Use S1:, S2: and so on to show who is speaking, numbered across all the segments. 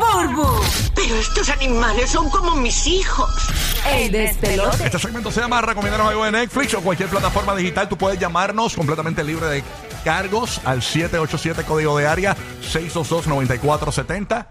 S1: Burbu.
S2: Pero estos animales son como mis hijos.
S1: El despelote.
S3: Este segmento se llama Recomiéndanos algo de Netflix o cualquier plataforma digital. Tú puedes llamarnos completamente libre de cargos al 787 código de área 622-9470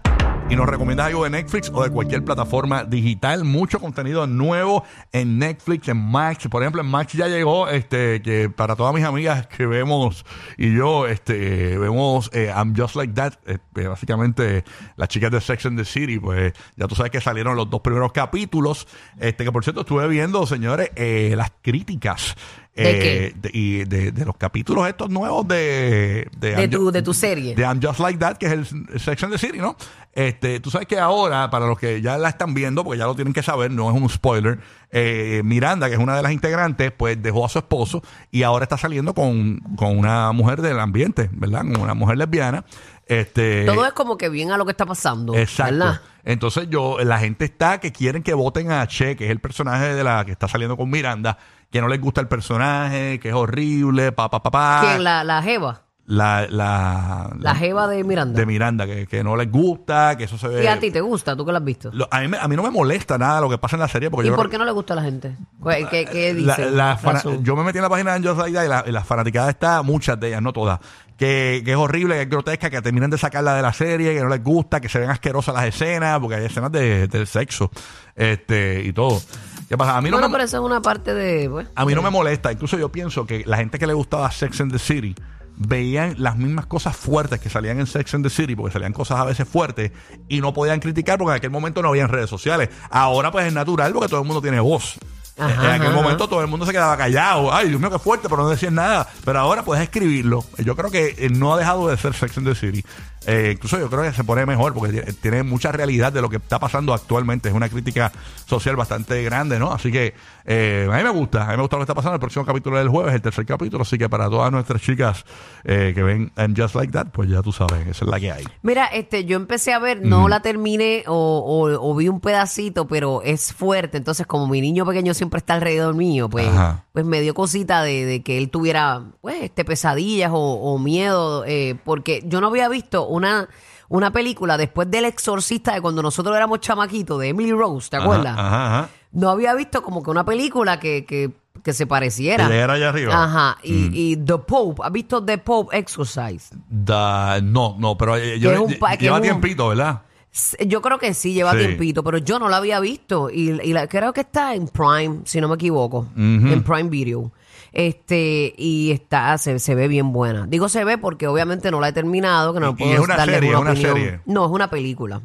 S3: y nos recomiendas algo de Netflix o de cualquier plataforma digital. Mucho contenido nuevo en Netflix, en Max. Por ejemplo, en Max ya llegó, este, que para todas mis amigas que vemos y yo, este, vemos eh, I'm Just Like That, eh, eh, básicamente las chicas de Sex and the City, pues ya tú sabes que salieron los dos primeros capítulos, este, que por cierto estuve viendo, señores, eh, las críticas.
S1: ¿De
S3: eh, de- y de, de los capítulos estos nuevos de... De, I'm
S1: tu-
S3: Ju-
S1: de tu serie.
S3: de I'm Just Like That, que es el Sex and the City, ¿no? Este, tú sabes que ahora, para los que ya la están viendo, porque ya lo tienen que saber, no es un spoiler, eh, Miranda, que es una de las integrantes, pues dejó a su esposo y ahora está saliendo con, con una mujer del ambiente, ¿verdad? Con una mujer lesbiana. Este,
S4: Todo es como que bien a lo que está pasando.
S3: Exacto.
S4: ¿verdad?
S3: Entonces yo, la gente está que quieren que voten a Che, que es el personaje de la que está saliendo con Miranda, que no les gusta el personaje, que es horrible, pa pa pa pa.
S4: ¿Quién? La, la Jeva.
S3: La, Ah, la,
S4: La jeva de Miranda.
S3: De Miranda, que, que no les gusta, que eso se ve.
S4: ¿Y a ti te gusta? ¿Tú que la has visto?
S3: Lo- a, mí, me- a mí no me molesta nada lo que pasa en la serie porque
S4: ¿Y
S3: yo.
S4: por qué
S3: creo-
S4: no le gusta a la gente? ¿Qué, qué- qué
S3: la-
S4: dice?
S3: la fana-
S4: Razón.
S3: yo me metí en la página de Just Like That y la, y la fanaticada está, muchas de ellas, no todas, que, que es horrible, que es grotesca, que terminan de sacarla de la serie, que no les gusta, que se ven asquerosas las escenas, porque hay escenas de, del sexo este y todo. ¿Qué pasa? A mí no
S4: bueno,
S3: me-
S4: pero eso es una parte de... pues, bueno,
S3: a mí no me molesta. Incluso yo pienso que la gente que le gustaba Sex and the City veían las mismas cosas fuertes que salían en Sex and the City, porque salían cosas a veces fuertes y no podían criticar porque en aquel momento no habían redes sociales. Ahora pues es natural porque todo el mundo tiene voz.
S4: Ajá,
S3: en aquel
S4: ajá,
S3: momento todo el mundo se quedaba callado. Ay, Dios mío, qué fuerte, pero no decían nada. Pero ahora puedes escribirlo. Yo creo que eh, no ha dejado de ser Sex and the City. Eh, incluso yo creo que se pone mejor porque tiene- tiene mucha realidad de lo que está pasando actualmente. Es una crítica social bastante grande, ¿no? Así que eh, a mí me gusta, a mí me gusta lo que está pasando. El próximo capítulo es el jueves, el tercer capítulo. Así que para todas nuestras chicas eh, que ven I'm Just Like That, pues ya tú sabes, esa es la que hay.
S4: Mira, este, yo empecé a ver, no la terminé o, o- o vi un pedacito, pero es fuerte. Entonces, como mi niño pequeño siempre está alrededor mío, pues,
S3: Ajá.
S4: pues me dio cosita de, de que él tuviera pues, este, pesadillas o, o miedo, eh, porque yo no había visto una, una película después del exorcista de cuando nosotros éramos chamaquitos, de Emily Rose, ¿te
S3: Ajá,
S4: acuerdas?
S3: ajá, ajá.
S4: No había visto como que una película que, que, que se pareciera.
S3: Que llegara allá arriba.
S4: Ajá, y, y The Pope, ¿has visto The Pope Exorcise?
S3: Da- no, no, pero eh, yo,
S4: Que es un pa- que
S3: lleva
S4: es un-
S3: tiempito, ¿verdad?
S4: S- Yo creo que sí, lleva
S3: Sí.
S4: tiempito, pero yo no la había visto. Y, y la- creo que está en Prime, si no me equivoco. En Prime Video. Este, y está, se, se ve bien buena. Digo se ve porque obviamente no la he terminado, que
S3: Y-
S4: no
S3: y
S4: puedo
S3: es una
S4: darle
S3: serie,
S4: ninguna
S3: es una
S4: opinión.
S3: serie.
S4: No, es una película.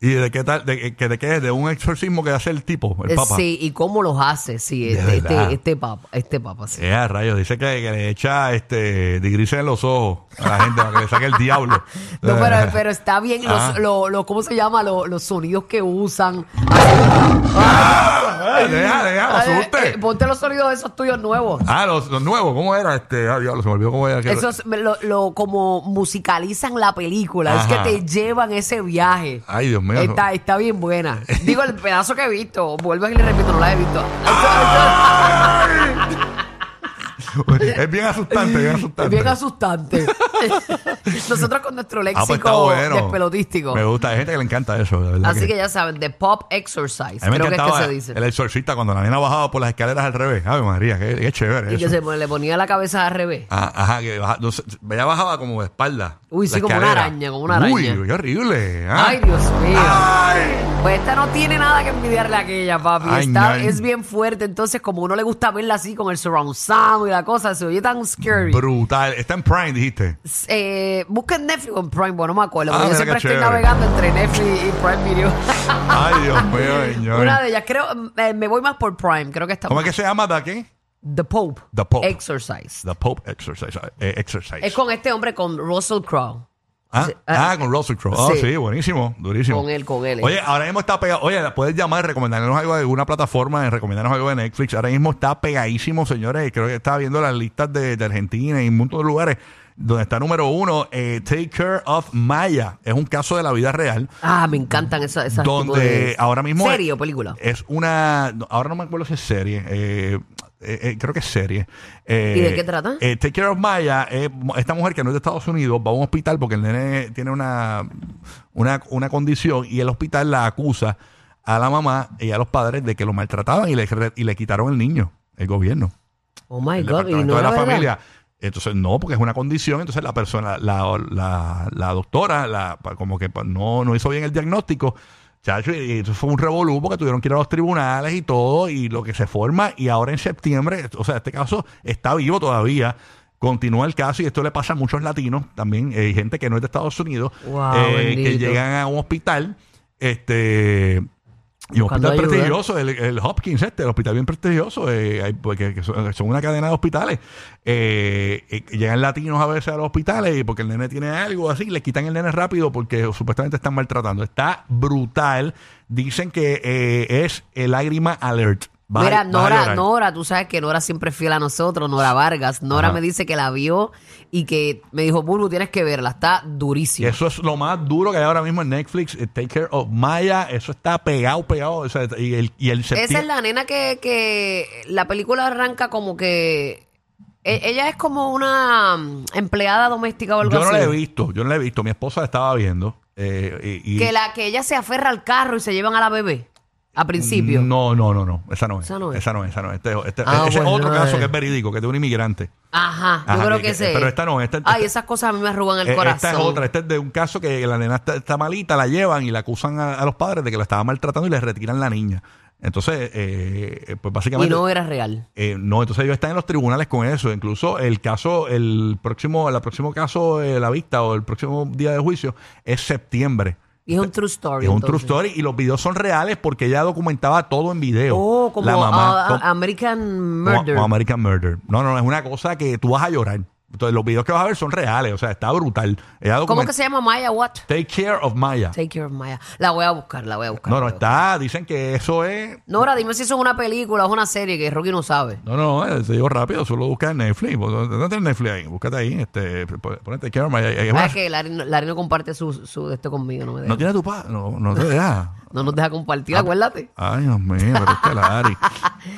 S3: ¿Y de qué tal? ¿De, eh, que- de qué es? ¿De un exorcismo que hace el tipo, el
S4: Eh,
S3: papa?
S4: Sí, y cómo los hace, sí,
S3: De
S4: este,
S3: verdad.
S4: este, este papa, este papa, sí.
S3: Eh, a rayos, dice que, que le echa este digrises en los ojos a la gente para que le saque el diablo. Eh.
S4: No, pero, pero está bien los,
S3: Ah.
S4: lo- lo- ¿cómo se llama? Lo- los sonidos que usan.
S3: Ah, deja, deja, no
S4: Eh,
S3: asuste.
S4: eh, ponte los sonidos esos tuyos nuevos.
S3: Ah, los, los nuevos, ¿cómo era? Este, ah, diablo, se me olvidó cómo era. que-
S4: Eso es lo, lo- como musicalizan la película,
S3: Ajá.
S4: es que te llevan ese viaje.
S3: Ay, Dios mío.
S4: Está, está bien buena. Digo, el pedazo que he visto, vuelvo y le repito, no la he visto.
S3: es bien asustante, bien asustante.
S4: Es bien asustante. Nosotros con nuestro
S3: Ah, pues
S4: léxico
S3: está bueno.
S4: despelotístico.
S3: Me gusta, hay gente que le encanta eso, de verdad.
S4: Así que ya saben, The Pop Exercise,
S3: a mí me
S4: creo que es que
S3: encantaba
S4: se dice.
S3: el exorcista cuando la nena bajaba por las escaleras al revés. Ay, María, qué, qué chévere
S4: y que
S3: eso.
S4: se pon- le ponía la cabeza al revés.
S3: Ah, ajá, que baja, no sé, ella bajaba como de espalda.
S4: Uy, sí,
S3: la
S4: como una
S3: escalera.
S4: araña, como una araña.
S3: Uy, qué horrible. ¿ah?
S4: Ay, Dios mío.
S3: ¿eh? Ay.
S4: Pues esta no tiene nada que envidiarle a aquella, papi.
S3: Ay,
S4: Esta
S3: no.
S4: es bien fuerte. Entonces, como uno le gusta verla así con el surround sound y la cosa, se oye tan scary.
S3: Brutal. Está en Prime, dijiste.
S4: Eh, busquen Netflix o en Prime, bueno, no me acuerdo.
S3: Ah,
S4: porque yo
S3: mira
S4: siempre
S3: qué
S4: estoy
S3: chévere.
S4: navegando entre Netflix y Prime Video.
S3: Ay, Dios mío, señor.
S4: Una de ellas, creo, eh, me voy más por Prime, creo que está.
S3: ¿Cómo es que se llama de aquí?
S4: The Pope.
S3: The Pope.
S4: Exercise.
S3: The Pope Exercise. eh, exercise.
S4: Es con este hombre, con Russell Crowe.
S3: Ah,
S4: Sí,
S3: ah,
S4: ah,
S3: con Russell Crowe. Ah,
S4: sí.
S3: sí. buenísimo, durísimo.
S4: Con él, con él.
S3: Oye, ahora mismo está pegado. Oye, puedes llamar, recomendarnos algo de alguna plataforma, eh, recomendarnos algo de Netflix. Ahora mismo está pegadísimo, señores. Creo que estaba viendo las listas de, de Argentina y un montón de lugares. Donde está número uno, eh, Take Care of Maya. Es un caso de la vida real.
S4: Ah, me encantan esas, esas tipo
S3: donde
S4: de-
S3: ahora mismo. eh,
S4: Serie
S3: es-
S4: o película.
S3: Es una. no, Ahora no me acuerdo si es serie. eh, eh, eh, creo que es serie. Eh,
S4: ¿Y de qué trata?
S3: eh, Take Care of Maya, eh, mo- esta mujer que no es de Estados Unidos, va a un hospital porque el nene tiene una, una, una condición y el hospital la acusa a la mamá y a los padres de que lo maltrataban y le, re- y le quitaron el niño, el gobierno
S4: Oh my
S3: el
S4: God. Y
S3: departamento
S4: no
S3: de
S4: era
S3: la
S4: verdad.
S3: familia. Entonces, no, porque es una condición. Entonces, la persona, la, la, la doctora, la, pa- como que pa- no, no hizo bien el diagnóstico. Chacho, y eso fue un revolú porque tuvieron que ir a los tribunales y todo, y lo que se forma. Y ahora en septiembre, o sea, este caso está vivo todavía. Continúa el caso y esto le pasa a muchos latinos también, eh, y gente que no es de Estados Unidos,
S4: Wow,
S3: eh, que
S4: bendito.
S3: llegan a un hospital, este, y un
S4: Buscando
S3: hospital
S4: ayuda.
S3: prestigioso, el, el Hopkins este, el hospital bien prestigioso, eh, hay- porque que son, son una cadena de hospitales. Eh, eh, llegan latinos a veces a los hospitales y porque el nene tiene algo así, le quitan el nene rápido porque supuestamente están maltratando. Está brutal. Dicen que eh, es el lágrima alert. Vas a-
S4: Mira,
S3: vas a
S4: Nora,
S3: llorar.
S4: Nora, tú sabes que Nora siempre es fiel a nosotros, Nora Vargas. Nora
S3: Ajá.
S4: me dice que la vio y que me dijo, Bulbu, tienes que verla, está
S3: Y
S4: durísima.
S3: eso es lo más duro que hay ahora mismo en Netflix. eh, Take care of Maya. Eso está pegado, pegado. o sea, y el, y el
S4: Esa
S3: septiembre-
S4: es la nena que, que la película arranca como que... e- Ella es como una mm, empleada doméstica o algo
S3: Yo no
S4: así.
S3: la he visto. Yo no la he visto. Mi esposa la estaba viendo. eh, y, y-
S4: Que, la, que ella se aferra al carro y se llevan a la bebé. A principio.
S3: No, no, no, no. Esa no es.
S4: Esa no es.
S3: Esa no es. esa no es. Este, este-
S4: Ah,
S3: ese es
S4: bueno,
S3: otro
S4: no
S3: caso
S4: es.
S3: que es verídico, que es de un inmigrante.
S4: Ajá, yo
S3: Ajá,
S4: creo
S3: que-
S4: que,
S3: que-
S4: ese
S3: pero
S4: es.
S3: esta no, esta-
S4: Ay,
S3: esta-
S4: esas cosas a mí me arrugan el
S3: Eh,
S4: corazón.
S3: Esta es otra. Este es de un caso que la nena está, está malita, la llevan y la acusan a, a los padres de que la estaban maltratando y le retiran la niña. Entonces, eh, eh, pues
S4: Y
S3: básicamente.
S4: no era real.
S3: Eh, no, entonces ellos están en los tribunales con eso. Incluso el caso, el próximo, el próximo caso de la vista o el próximo día de juicio es septiembre.
S4: Y es un true story.
S3: Es un true
S4: entonces.
S3: story y los videos son reales porque ella documentaba todo en video.
S4: Oh, como
S3: la mamá,
S4: ah,
S3: com-
S4: American
S3: como-
S4: Murder.
S3: como American Murder. No, no, no, es una cosa que tú vas a llorar. Entonces, los videos que vas a ver son reales, o sea, está brutal. Ella
S4: ¿Cómo
S3: document-
S4: que se llama Maya? What?
S3: Take care of Maya.
S4: Take care of Maya. La voy a buscar, la voy a buscar.
S3: no,
S4: la
S3: no,
S4: voy a buscar.
S3: está, dicen que eso es.
S4: Nora, dime si eso es una película o es una serie que Rocky no sabe.
S3: No, no, eh, se llegó rápido, solo busca en Netflix. pues, ¿Dónde tienes Netflix ahí? Búscate ahí, este, pon- ponete Take care of Maya. Eh,
S4: Ah,
S3: bueno,
S4: es que Larry, no- Larry no comparte su, su de esto conmigo, no me deja.
S3: No Ah,
S4: No,
S3: tiene tu pa, no, no te deja.
S4: nos deja compartir, acuérdate.
S3: Ay, Dios mío, pero este Larry.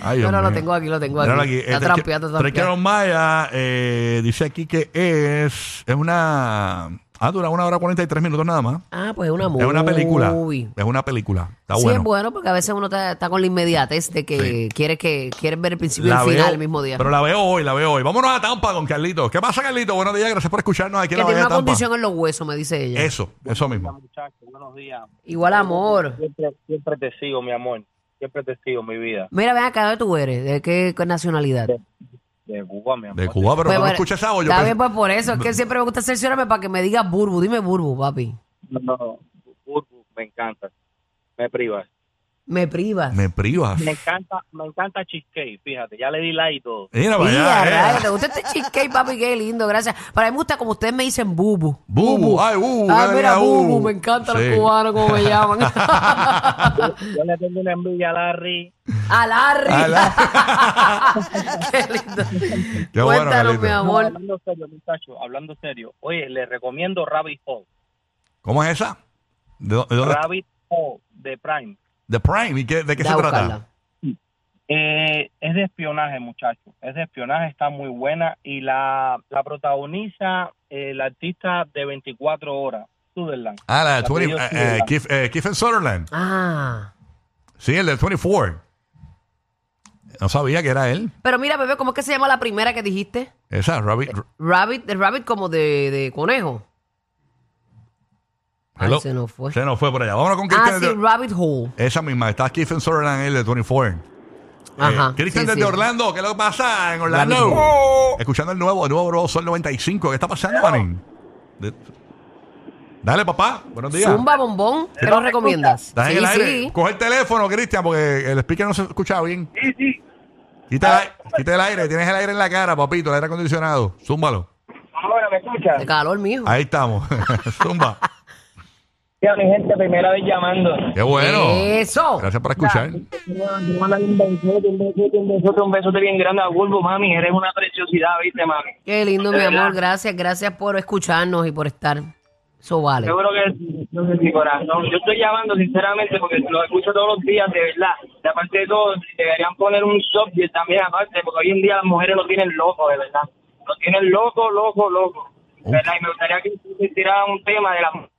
S3: Ay, Dios
S4: No, no, lo
S3: mío.
S4: tengo aquí, lo tengo
S3: Míralo
S4: aquí. Está
S3: Eh, Tres-
S4: trampeado, está
S3: Tres
S4: trampeado.
S3: Caros Maya eh, dice aquí que es, es una... Ah, dura una hora 43 minutos nada más.
S4: Ah, pues es una movie.
S3: Es una película.
S4: Sí,
S3: Es una película. Está
S4: es
S3: bueno.
S4: bueno porque a veces uno está, está con la inmediatez de que
S3: Sí.
S4: quiere que quiere ver el principio y el final el mismo día.
S3: Pero la veo hoy, la veo hoy. Vámonos a Tampa con Carlitos. ¿Qué pasa, Carlitos? Buenos días, gracias por escucharnos aquí en
S4: que
S3: la
S4: tiene
S3: Bahía
S4: una
S3: de Tampa.
S4: condición en los huesos, me dice ella.
S3: Eso, eso mismo.
S5: muchachos, buenos días.
S4: Igual amor.
S5: Siempre, siempre te sigo, mi amor. Siempre te sigo, mi vida.
S4: Mira, ven acá, ¿de tú eres? ¿De qué nacionalidad?
S5: De Cuba, mi amor.
S3: De Cuba, pero
S4: Pues,
S3: cuando
S4: bueno,
S3: escuché esa voz, yo
S4: Está
S3: pensé-
S4: bien, pues por eso. Es que siempre me gusta cerciorarme para que me digas burbu. Dime burbu, papi.
S5: No, no, Burbu, me encanta. Me privas.
S4: Me privas.
S3: me privas.
S5: Me encanta, me encanta cheesecake, fíjate. Ya le di like y todo.
S3: Mira,
S4: Y a
S3: vaya. eh.
S4: rayos, ¿Te gusta este cheesecake, papi? Qué lindo, gracias. Para mí me gusta como ustedes me dicen bubu.
S3: Bubu, ay, bubu,
S4: Ah,
S3: ay,
S4: mira,
S3: ay,
S4: bubu.
S3: bubu.
S4: Me encanta
S3: Sí.
S4: los cubanos, como me llaman. a
S5: Yo le tengo una envidia a Larry.
S4: Larry.
S3: A
S4: Qué lindo.
S3: Qué bueno,
S4: Cuéntanos,
S3: Carlito.
S4: mi
S5: No,
S4: amor.
S5: hablando serio, muchacho, hablando serio. Oye, le recomiendo Rabbit Hole.
S3: ¿Cómo es esa? ¿De, dó- de dónde-
S5: Rabbit Hole de Prime.
S3: de Prime? ¿Y qué- ¿De qué
S4: Da
S3: se
S4: a
S3: trata?
S4: buscarla.
S5: Eh, es de espionaje, muchacho. Es de espionaje, está muy buena. Y la, la protagoniza eh, la artista de 24 horas, Sutherland.
S3: Ah, la de
S5: La
S3: 20,
S5: que yo
S3: eh,
S5: sí,
S3: eh,
S5: la-
S3: Kiefer- eh, Kiefer Sutherland.
S4: Ah.
S3: Sí, el de 24. No sabía que era él.
S4: Pero mira, bebé, ¿cómo es que se llama la primera que dijiste? Eh,
S3: Esa, Rabbit.
S4: Rabbit, de rabbit como de, de conejo. Ay,
S3: Hello.
S4: ah, se nos fue.
S3: Se nos fue por allá. Vámonos con
S4: Ah,
S3: Cristian.
S4: sí,
S3: de-
S4: Rabbit Hole.
S3: Esa misma. Está Stephen Sutherland, el de 24.
S4: Ajá.
S3: Eh, Cristian
S4: sí,
S3: desde
S4: sí.
S3: Orlando. ¿Qué es lo que pasa en Orlando?
S4: Rabbit
S3: Escuchando el nuevo, el nuevo Bro Sol 95. ¿Qué está pasando, Manín? De- Dale, papá. Buenos días.
S4: Zumba bombón, ¿qué nos recomiendas?
S3: Estás en el aire.
S4: sí.
S3: Coge el teléfono, Cristian, porque el speaker no se escuchaba bien.
S6: Sí, sí. Ah.
S3: Quita, el- quita el aire. Tienes el aire en la cara, papito. El aire acondicionado. Zúmbalo.
S6: Ahora me escuchas.
S4: De calor, mijo.
S3: Ahí estamos. Zumba.
S6: Ya, mi gente, primera vez llamando.
S3: Qué bueno.
S4: Eso.
S3: Gracias por escuchar.
S6: Te mando Un besote, un besote, un besote, un besote bien grande a Bulbo, mami. Eres una preciosidad, ¿viste, mami?
S4: Qué lindo, mi
S6: De verdad.
S4: amor. Gracias, gracias por escucharnos y por estar. Eso vale.
S6: Seguro que sí, no sé si corazón. Yo estoy llamando sinceramente porque lo escucho todos los días, de verdad. Y aparte de todo, deberían poner un subject también aparte, porque hoy en día las mujeres lo tienen loco, de verdad. Lo tienen loco, loco, loco. De ¿Verdad? Y me gustaría que ustedes tiraran un tema de las mujeres,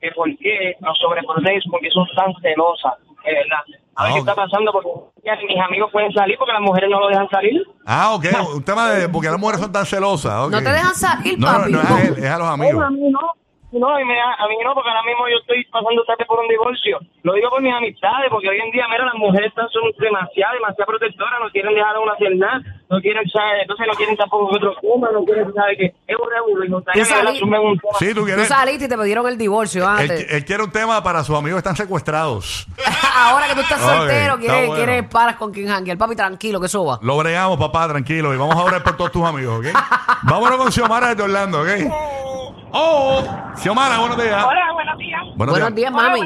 S6: que por qué nos sobreprotegen, porque son tan celosas, de verdad. A ver
S3: Ah,
S6: qué
S3: ok.
S6: está pasando, porque ya ni mis amigos pueden salir porque las mujeres no lo dejan salir.
S3: Ah, ok. Un tema de porque las mujeres son tan celosas. ok.
S4: No te dejan salir,
S3: No, no,
S4: papi.
S3: no es a él, es a los
S6: No, Pues a
S3: amigos.
S6: mí no. No, y me- a mí no, porque ahora mismo yo estoy pasando tarde por un divorcio. Lo digo por mis amistades, porque hoy en día, mira, las mujeres están, son demasiado, demasiado protectoras, no quieren dejar a una hacer nada, no quieren, saber, entonces no quieren tampoco que otro coma, no quieren saber que es un revuelo, y no
S4: Tú
S6: saben que
S4: salí-
S6: la sumen un tema.
S3: Sí, tú
S4: Tú
S3: quieres.
S4: saliste y te pidieron el divorcio
S3: Él,
S4: antes.
S3: él quiere un tema para sus amigos que están secuestrados.
S4: Ahora que tú estás
S3: Ok,
S4: soltero,
S3: está
S4: quieres,
S3: bueno.
S4: quieres paras con quien janguear. Papi, tranquilo, que eso va.
S3: Lo bregamos, papá, tranquilo. Y vamos a orar por todos tus amigos, ¿ok? Vámonos con Xiomara desde Orlando, ¿ok? ¡Oh! Xiomara, buenos días.
S7: Hola, buenos días.
S3: Buenos,
S4: Buenos días, mami.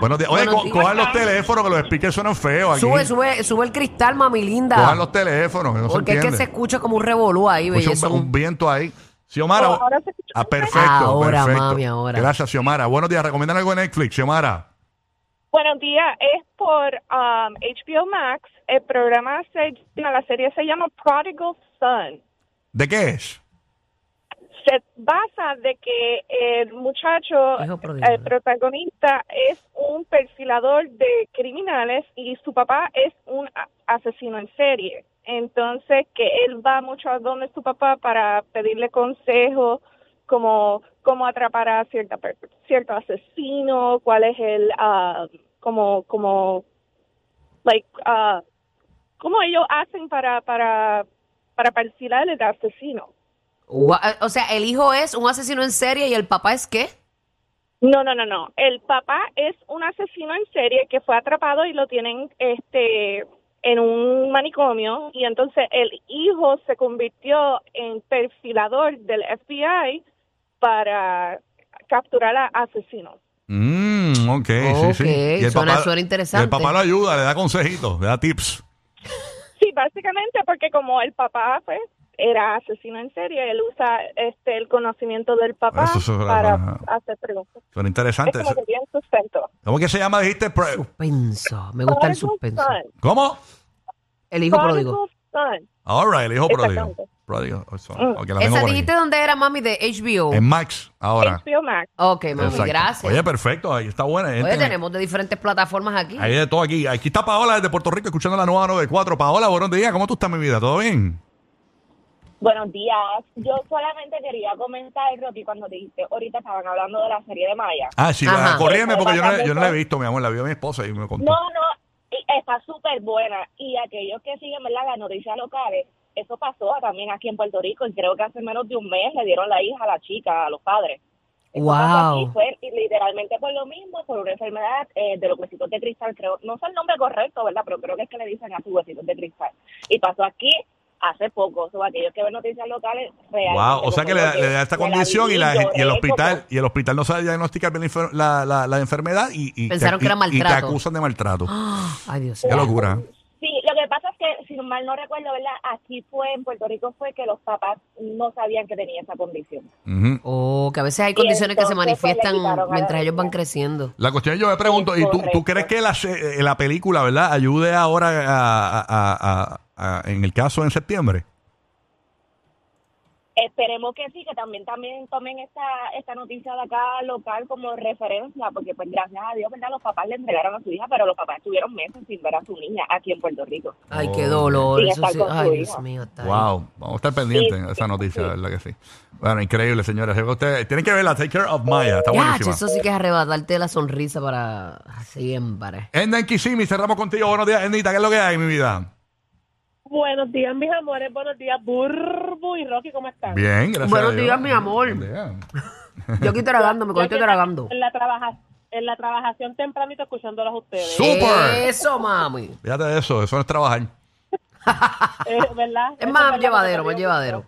S3: Buenos días. Oye,
S4: Buenos
S3: co-
S4: días.
S3: cojan los teléfonos, que los speakers suenan feos aquí.
S4: Sube, sube, sube el cristal, mami linda.
S3: Cojan los teléfonos, que no
S4: porque
S3: se
S4: es que
S3: entiende.
S4: se escucha como un revolú ahí,
S3: Escucha
S4: bellezón.
S3: un, un viento ahí. Xiomara.
S7: Oh, Ahora se escucha
S3: ah,
S7: perfecto.
S3: perfecto.
S4: Ahora,
S3: perfecto.
S4: mami, ahora.
S3: Gracias, Xiomara. Buenos días. ¿Recomiendan algo en Netflix, Xiomara?
S7: Buenos días. Es por um, HBO Max. El programa se llama, la serie se llama Prodigal Son.
S3: ¿De qué es?
S7: Se basa de que el muchacho,
S4: Hijo prodigal.
S7: el protagonista, es un perfilador de criminales y su papá es un a- asesino en serie. Entonces, que él va mucho a donde su papá para pedirle consejos como cómo atrapar a cierta per- cierto asesino, cuál es el ah, como como like ah, cómo ellos hacen para para para perfilar el asesino.
S4: Gua- eh, O sea, el hijo es un asesino en serie y el papá es qué?
S7: No, no, no, no. El papá es un asesino en serie que fue atrapado y lo tienen este en un manicomio y entonces el hijo se convirtió en perfilador del FBI para capturar a asesinos.
S3: Mmm, ok, sí, sí.
S4: Ok,
S3: Y el
S4: suena- suena
S3: y
S4: interesante.
S3: El papá lo ayuda, le da consejitos, le da tips.
S7: Sí, básicamente porque como el papá pues, era asesino en serie, él usa este el conocimiento del papá
S3: Ah, Eso se-
S7: para
S3: ajá.
S7: hacer preguntas.
S3: Suena
S7: Es
S3: interesante.
S7: como que bien sustento.
S3: ¿Cómo que se llama, dijiste? Pro-
S4: Suspenso. Me gusta el suspenso.
S7: Prodigal
S3: ¿Cómo?
S4: El hijo
S7: son.
S4: pródigo.
S7: Prodigal son.
S3: All right, el hijo pródigo.
S7: Exactamente.
S3: Pródigo. oh, eso, ok, la tengo
S4: Esa
S3: por
S4: dijiste
S3: aquí.
S4: dónde era, mami, de HBO.
S3: En Max, ahora.
S7: HBO Max.
S4: Ok, mami,
S3: Exacto.
S4: gracias.
S3: Oye, perfecto, ahí está buena.
S4: Oye,
S3: Entren-
S4: tenemos de diferentes plataformas aquí.
S3: Ahí de todo aquí. Aquí está Paola desde Puerto Rico escuchando la nueva 94. Paola, buenos días. ¿Cómo tú estás, mi vida? ¿Todo bien?
S8: Buenos días. Yo solamente quería comentar, Rocky, cuando dijiste, ahorita estaban hablando de la serie de Maya.
S3: Ah, sí,
S4: Ajá.
S3: corríeme porque yo no, la- yo no la he visto, mi amor. La vio mi esposa y me contó.
S8: No, no, y está súper buena. Y aquellos que siguen, ¿verdad? Las noticias locales, eso pasó también aquí en Puerto Rico y creo que hace menos de un mes le dieron la hija a la chica, a los padres. Eso pasó
S4: Wow.
S8: aquí, fue literalmente por lo mismo, por una enfermedad eh, de los huesitos de cristal, creo, no sé el nombre correcto, ¿verdad? Pero creo que es que le dicen a sus huesitos de cristal. Y pasó aquí hace poco, o sea, aquellos que ven noticias locales, realmente.
S3: Wow, o sea
S8: como
S3: que le,
S8: yo
S3: da- le da esta
S8: me la
S3: condición y,
S8: viví,
S3: la, y el
S8: lloré
S3: hospital
S8: como-
S3: y el hospital no sabe diagnosticar bien la, infer- la, la- la enfermedad y, y
S4: Pensaron
S3: te,
S4: que era
S3: y- y te
S4: maltrato.
S3: acusan de maltrato.
S4: Ay, Dios
S3: Qué
S4: mío.
S3: locura.
S8: Sí, lo que pasa es que, si mal no recuerdo, ¿verdad? Aquí fue, en Puerto Rico, fue que los papás no sabían que tenía esa condición.
S3: Ujú.
S4: Oh, que a veces hay condiciones que se
S8: entonces, pues, le
S4: manifiestan
S8: quitaron a la
S4: mientras ellos van
S8: niña.
S4: creciendo.
S3: La cuestión es, yo me pregunto, ¿y tú, tú
S8: correcto.
S3: crees que la, se- eh, la película, verdad, ayude ahora a- a- a- a- a- en el caso en septiembre?
S9: Esperemos que sí, que también también tomen esta esta noticia de acá local como referencia, porque pues gracias a Dios, ¿verdad? Los papás le entregaron a su hija, pero los papás estuvieron meses sin ver a su niña aquí en Puerto Rico.
S4: Ay,
S3: Oh,
S4: qué dolor.
S9: Sin
S4: Eso
S9: estar
S4: sí.
S9: con su
S4: Ay, Dios
S9: hijo.
S4: mío. está ahí.
S3: Wow, vamos a estar pendientes
S9: Sí,
S3: de esa
S9: sí, sí.
S3: noticia, de verdad que sí. Bueno, increíble, señores. Así que Ustedes tienen que verla, Take Care of Maya, está
S4: Ya,
S3: buenísima.
S4: che, eso sí que es arrebatarte la sonrisa para siempre.
S3: Enda en Kissimmee, cerramos contigo. Buenos días, Endita, ¿qué es lo que hay, mi vida?
S6: Buenos días, mis amores. Buenos días, Burbu y Rocky. ¿Cómo están?
S3: Bien, gracias.
S4: Buenos
S3: a Dios.
S4: días, mi amor.
S3: Buen día.
S4: Yo aquí tragando, me
S6: Ya
S4: cogiste
S6: que
S4: tragando.
S6: En la, trabaja, en la trabajación tempranito escuchándolos a ustedes.
S3: ¡Súper!
S4: Eso, mami.
S3: Fíjate de eso, eso no es trabajar.
S6: Eh, ¿Verdad?
S4: Es
S6: Eso
S4: más
S6: verdad,
S4: llevadero,
S6: porque
S4: más llevadero.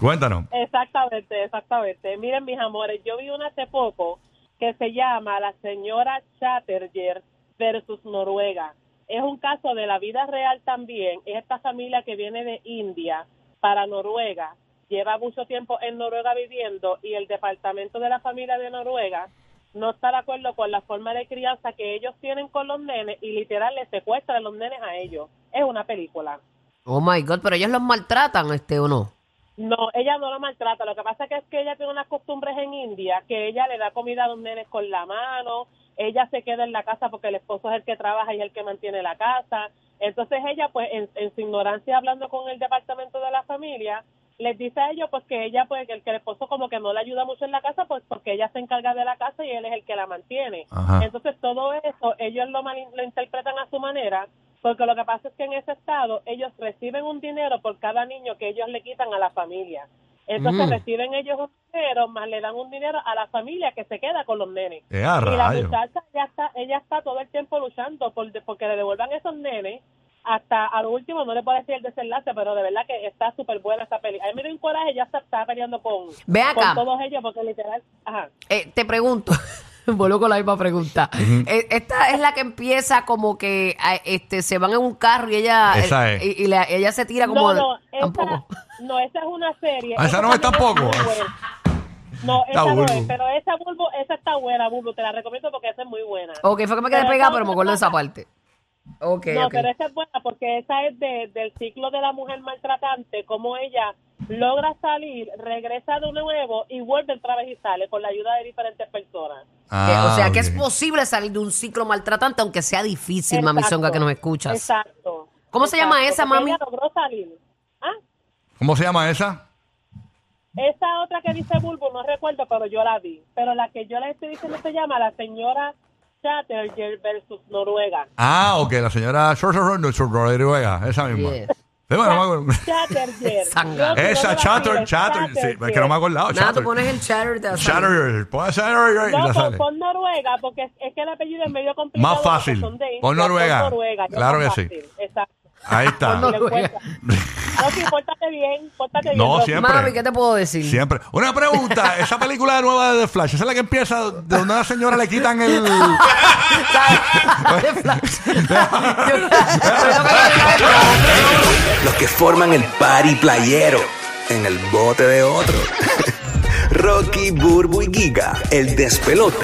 S3: Cuéntanos.
S6: Exactamente, exactamente. Miren, mis amores, yo vi una hace poco que se llama La señora Chatterjer versus Noruega. Es un caso de la vida real también. Es esta familia que viene de India para Noruega. Lleva mucho tiempo en Noruega viviendo y el departamento de la familia de Noruega no está de acuerdo con la forma de crianza que ellos tienen con los nenes y literal les secuestran los nenes a ellos. Es una película.
S4: Oh my God, pero ellos los maltratan, este o no.
S6: No, ella no lo maltrata. Lo que pasa que es que ella tiene unas costumbres en India, que ella le da comida a los nenes con la mano, ella se queda en la casa porque el esposo es el que trabaja y es el que mantiene la casa. Entonces ella, pues, en, en su ignorancia, hablando con el departamento de la familia, les dice a ellos, pues, que ella, pues, que el, que el esposo como que no le ayuda mucho en la casa, pues, porque ella se encarga de la casa y él es el que la mantiene.
S3: Ajá.
S6: Entonces todo eso ellos lo, mal- lo interpretan a su manera porque lo que pasa es que en ese estado ellos reciben un dinero por cada niño que ellos le quitan a la familia. Entonces
S4: Mm.
S6: reciben ellos un dinero, más le dan un dinero a la familia que se queda con los nenes.
S3: ¡Qué a
S6: Y la
S3: rayos!
S6: muchacha ya está, ella está todo el tiempo luchando por de- porque le devuelvan esos nenes. Hasta a lo último, no le puedo decir el desenlace, pero de verdad que está súper buena esa peli. A mí me dio un coraje, ya está, está peleando con,
S4: Ve acá.
S6: con todos ellos porque literal... Ajá.
S4: Eh, te pregunto, vuelvo con la misma pregunta. Eh, Esta es la que empieza como que ah, este se van en un carro y ella eh,
S3: Esa es.
S4: y, y la- ella se tira como
S6: no, no, esa,
S4: tampoco.
S6: no, esa es una serie.
S3: Ah, esa no es
S6: también
S3: tampoco.
S6: muy buena. No,
S3: Está
S6: esa no es,
S3: Bulbo.
S6: pero esa Bulbo, esa está buena, Bulbo, te la recomiendo porque esa es muy buena.
S4: Ok, fue que me quedé
S6: Pero
S4: pegada,
S6: esa
S4: pero me
S6: otra
S4: acuerdo de esa
S6: cosa-
S4: parte. Ok,
S6: No,
S4: ok.
S6: pero esa es buena porque esa es de- del ciclo de la mujer maltratante, cómo ella logra salir, regresa de nuevo y vuelve otra vez y sale con la ayuda de diferentes personas.
S4: Eh, o sea, que es
S3: Ah, ok.
S4: posible salir de un ciclo maltratante, aunque sea difícil, mami
S6: Exacto,
S4: Songa, que nos escuchas.
S6: Exacto.
S4: ¿Cómo se llama esa,
S6: porque
S4: mami?
S6: Ella logró salir. Ah,
S3: ¿Cómo se llama esa?
S6: Esa otra que dice Bulbo, no recuerdo, pero yo la vi. Pero la que yo le estoy diciendo se llama La Señora Chatterjee versus Noruega.
S3: Ah, ok, la señora Shorter Rodríguez, esa misma.
S4: Yes.
S3: Sí, bueno, no me acuerdo.
S6: Chatterjee.
S4: Sanga.
S6: Yo, si no
S3: Esa
S6: me la
S3: Chatter,
S6: pides,
S3: Chatter, sí, es que no me he acordado.
S4: Nada, tú
S3: Chatter,
S4: pones el chatter de
S3: Chatter, pon Chatter y
S6: No,
S3: la
S6: pon,
S3: sale.
S6: pon Noruega, porque es, es que el apellido es medio complicado.
S3: Más fácil.
S6: porque son de India,
S3: Pon Noruega.
S6: son Noruega, ya
S3: Claro
S6: es más
S3: que sí.
S6: fácil. Exacto.
S3: Ahí está.
S6: Y lo encuentras. Rocky, pórtate bien, pórtate bien.
S3: No,
S6: Rocky.
S3: siempre.
S4: Mami, ¿qué te puedo decir?
S3: Siempre. Una pregunta, esa película nueva de The Flash, esa es la que empieza de una señora le quitan el...
S4: ¿Sabes? De flash. Yo-
S10: Los que forman el party playero en el bote de otro. Rocky, Burbu y Giga, el despelote.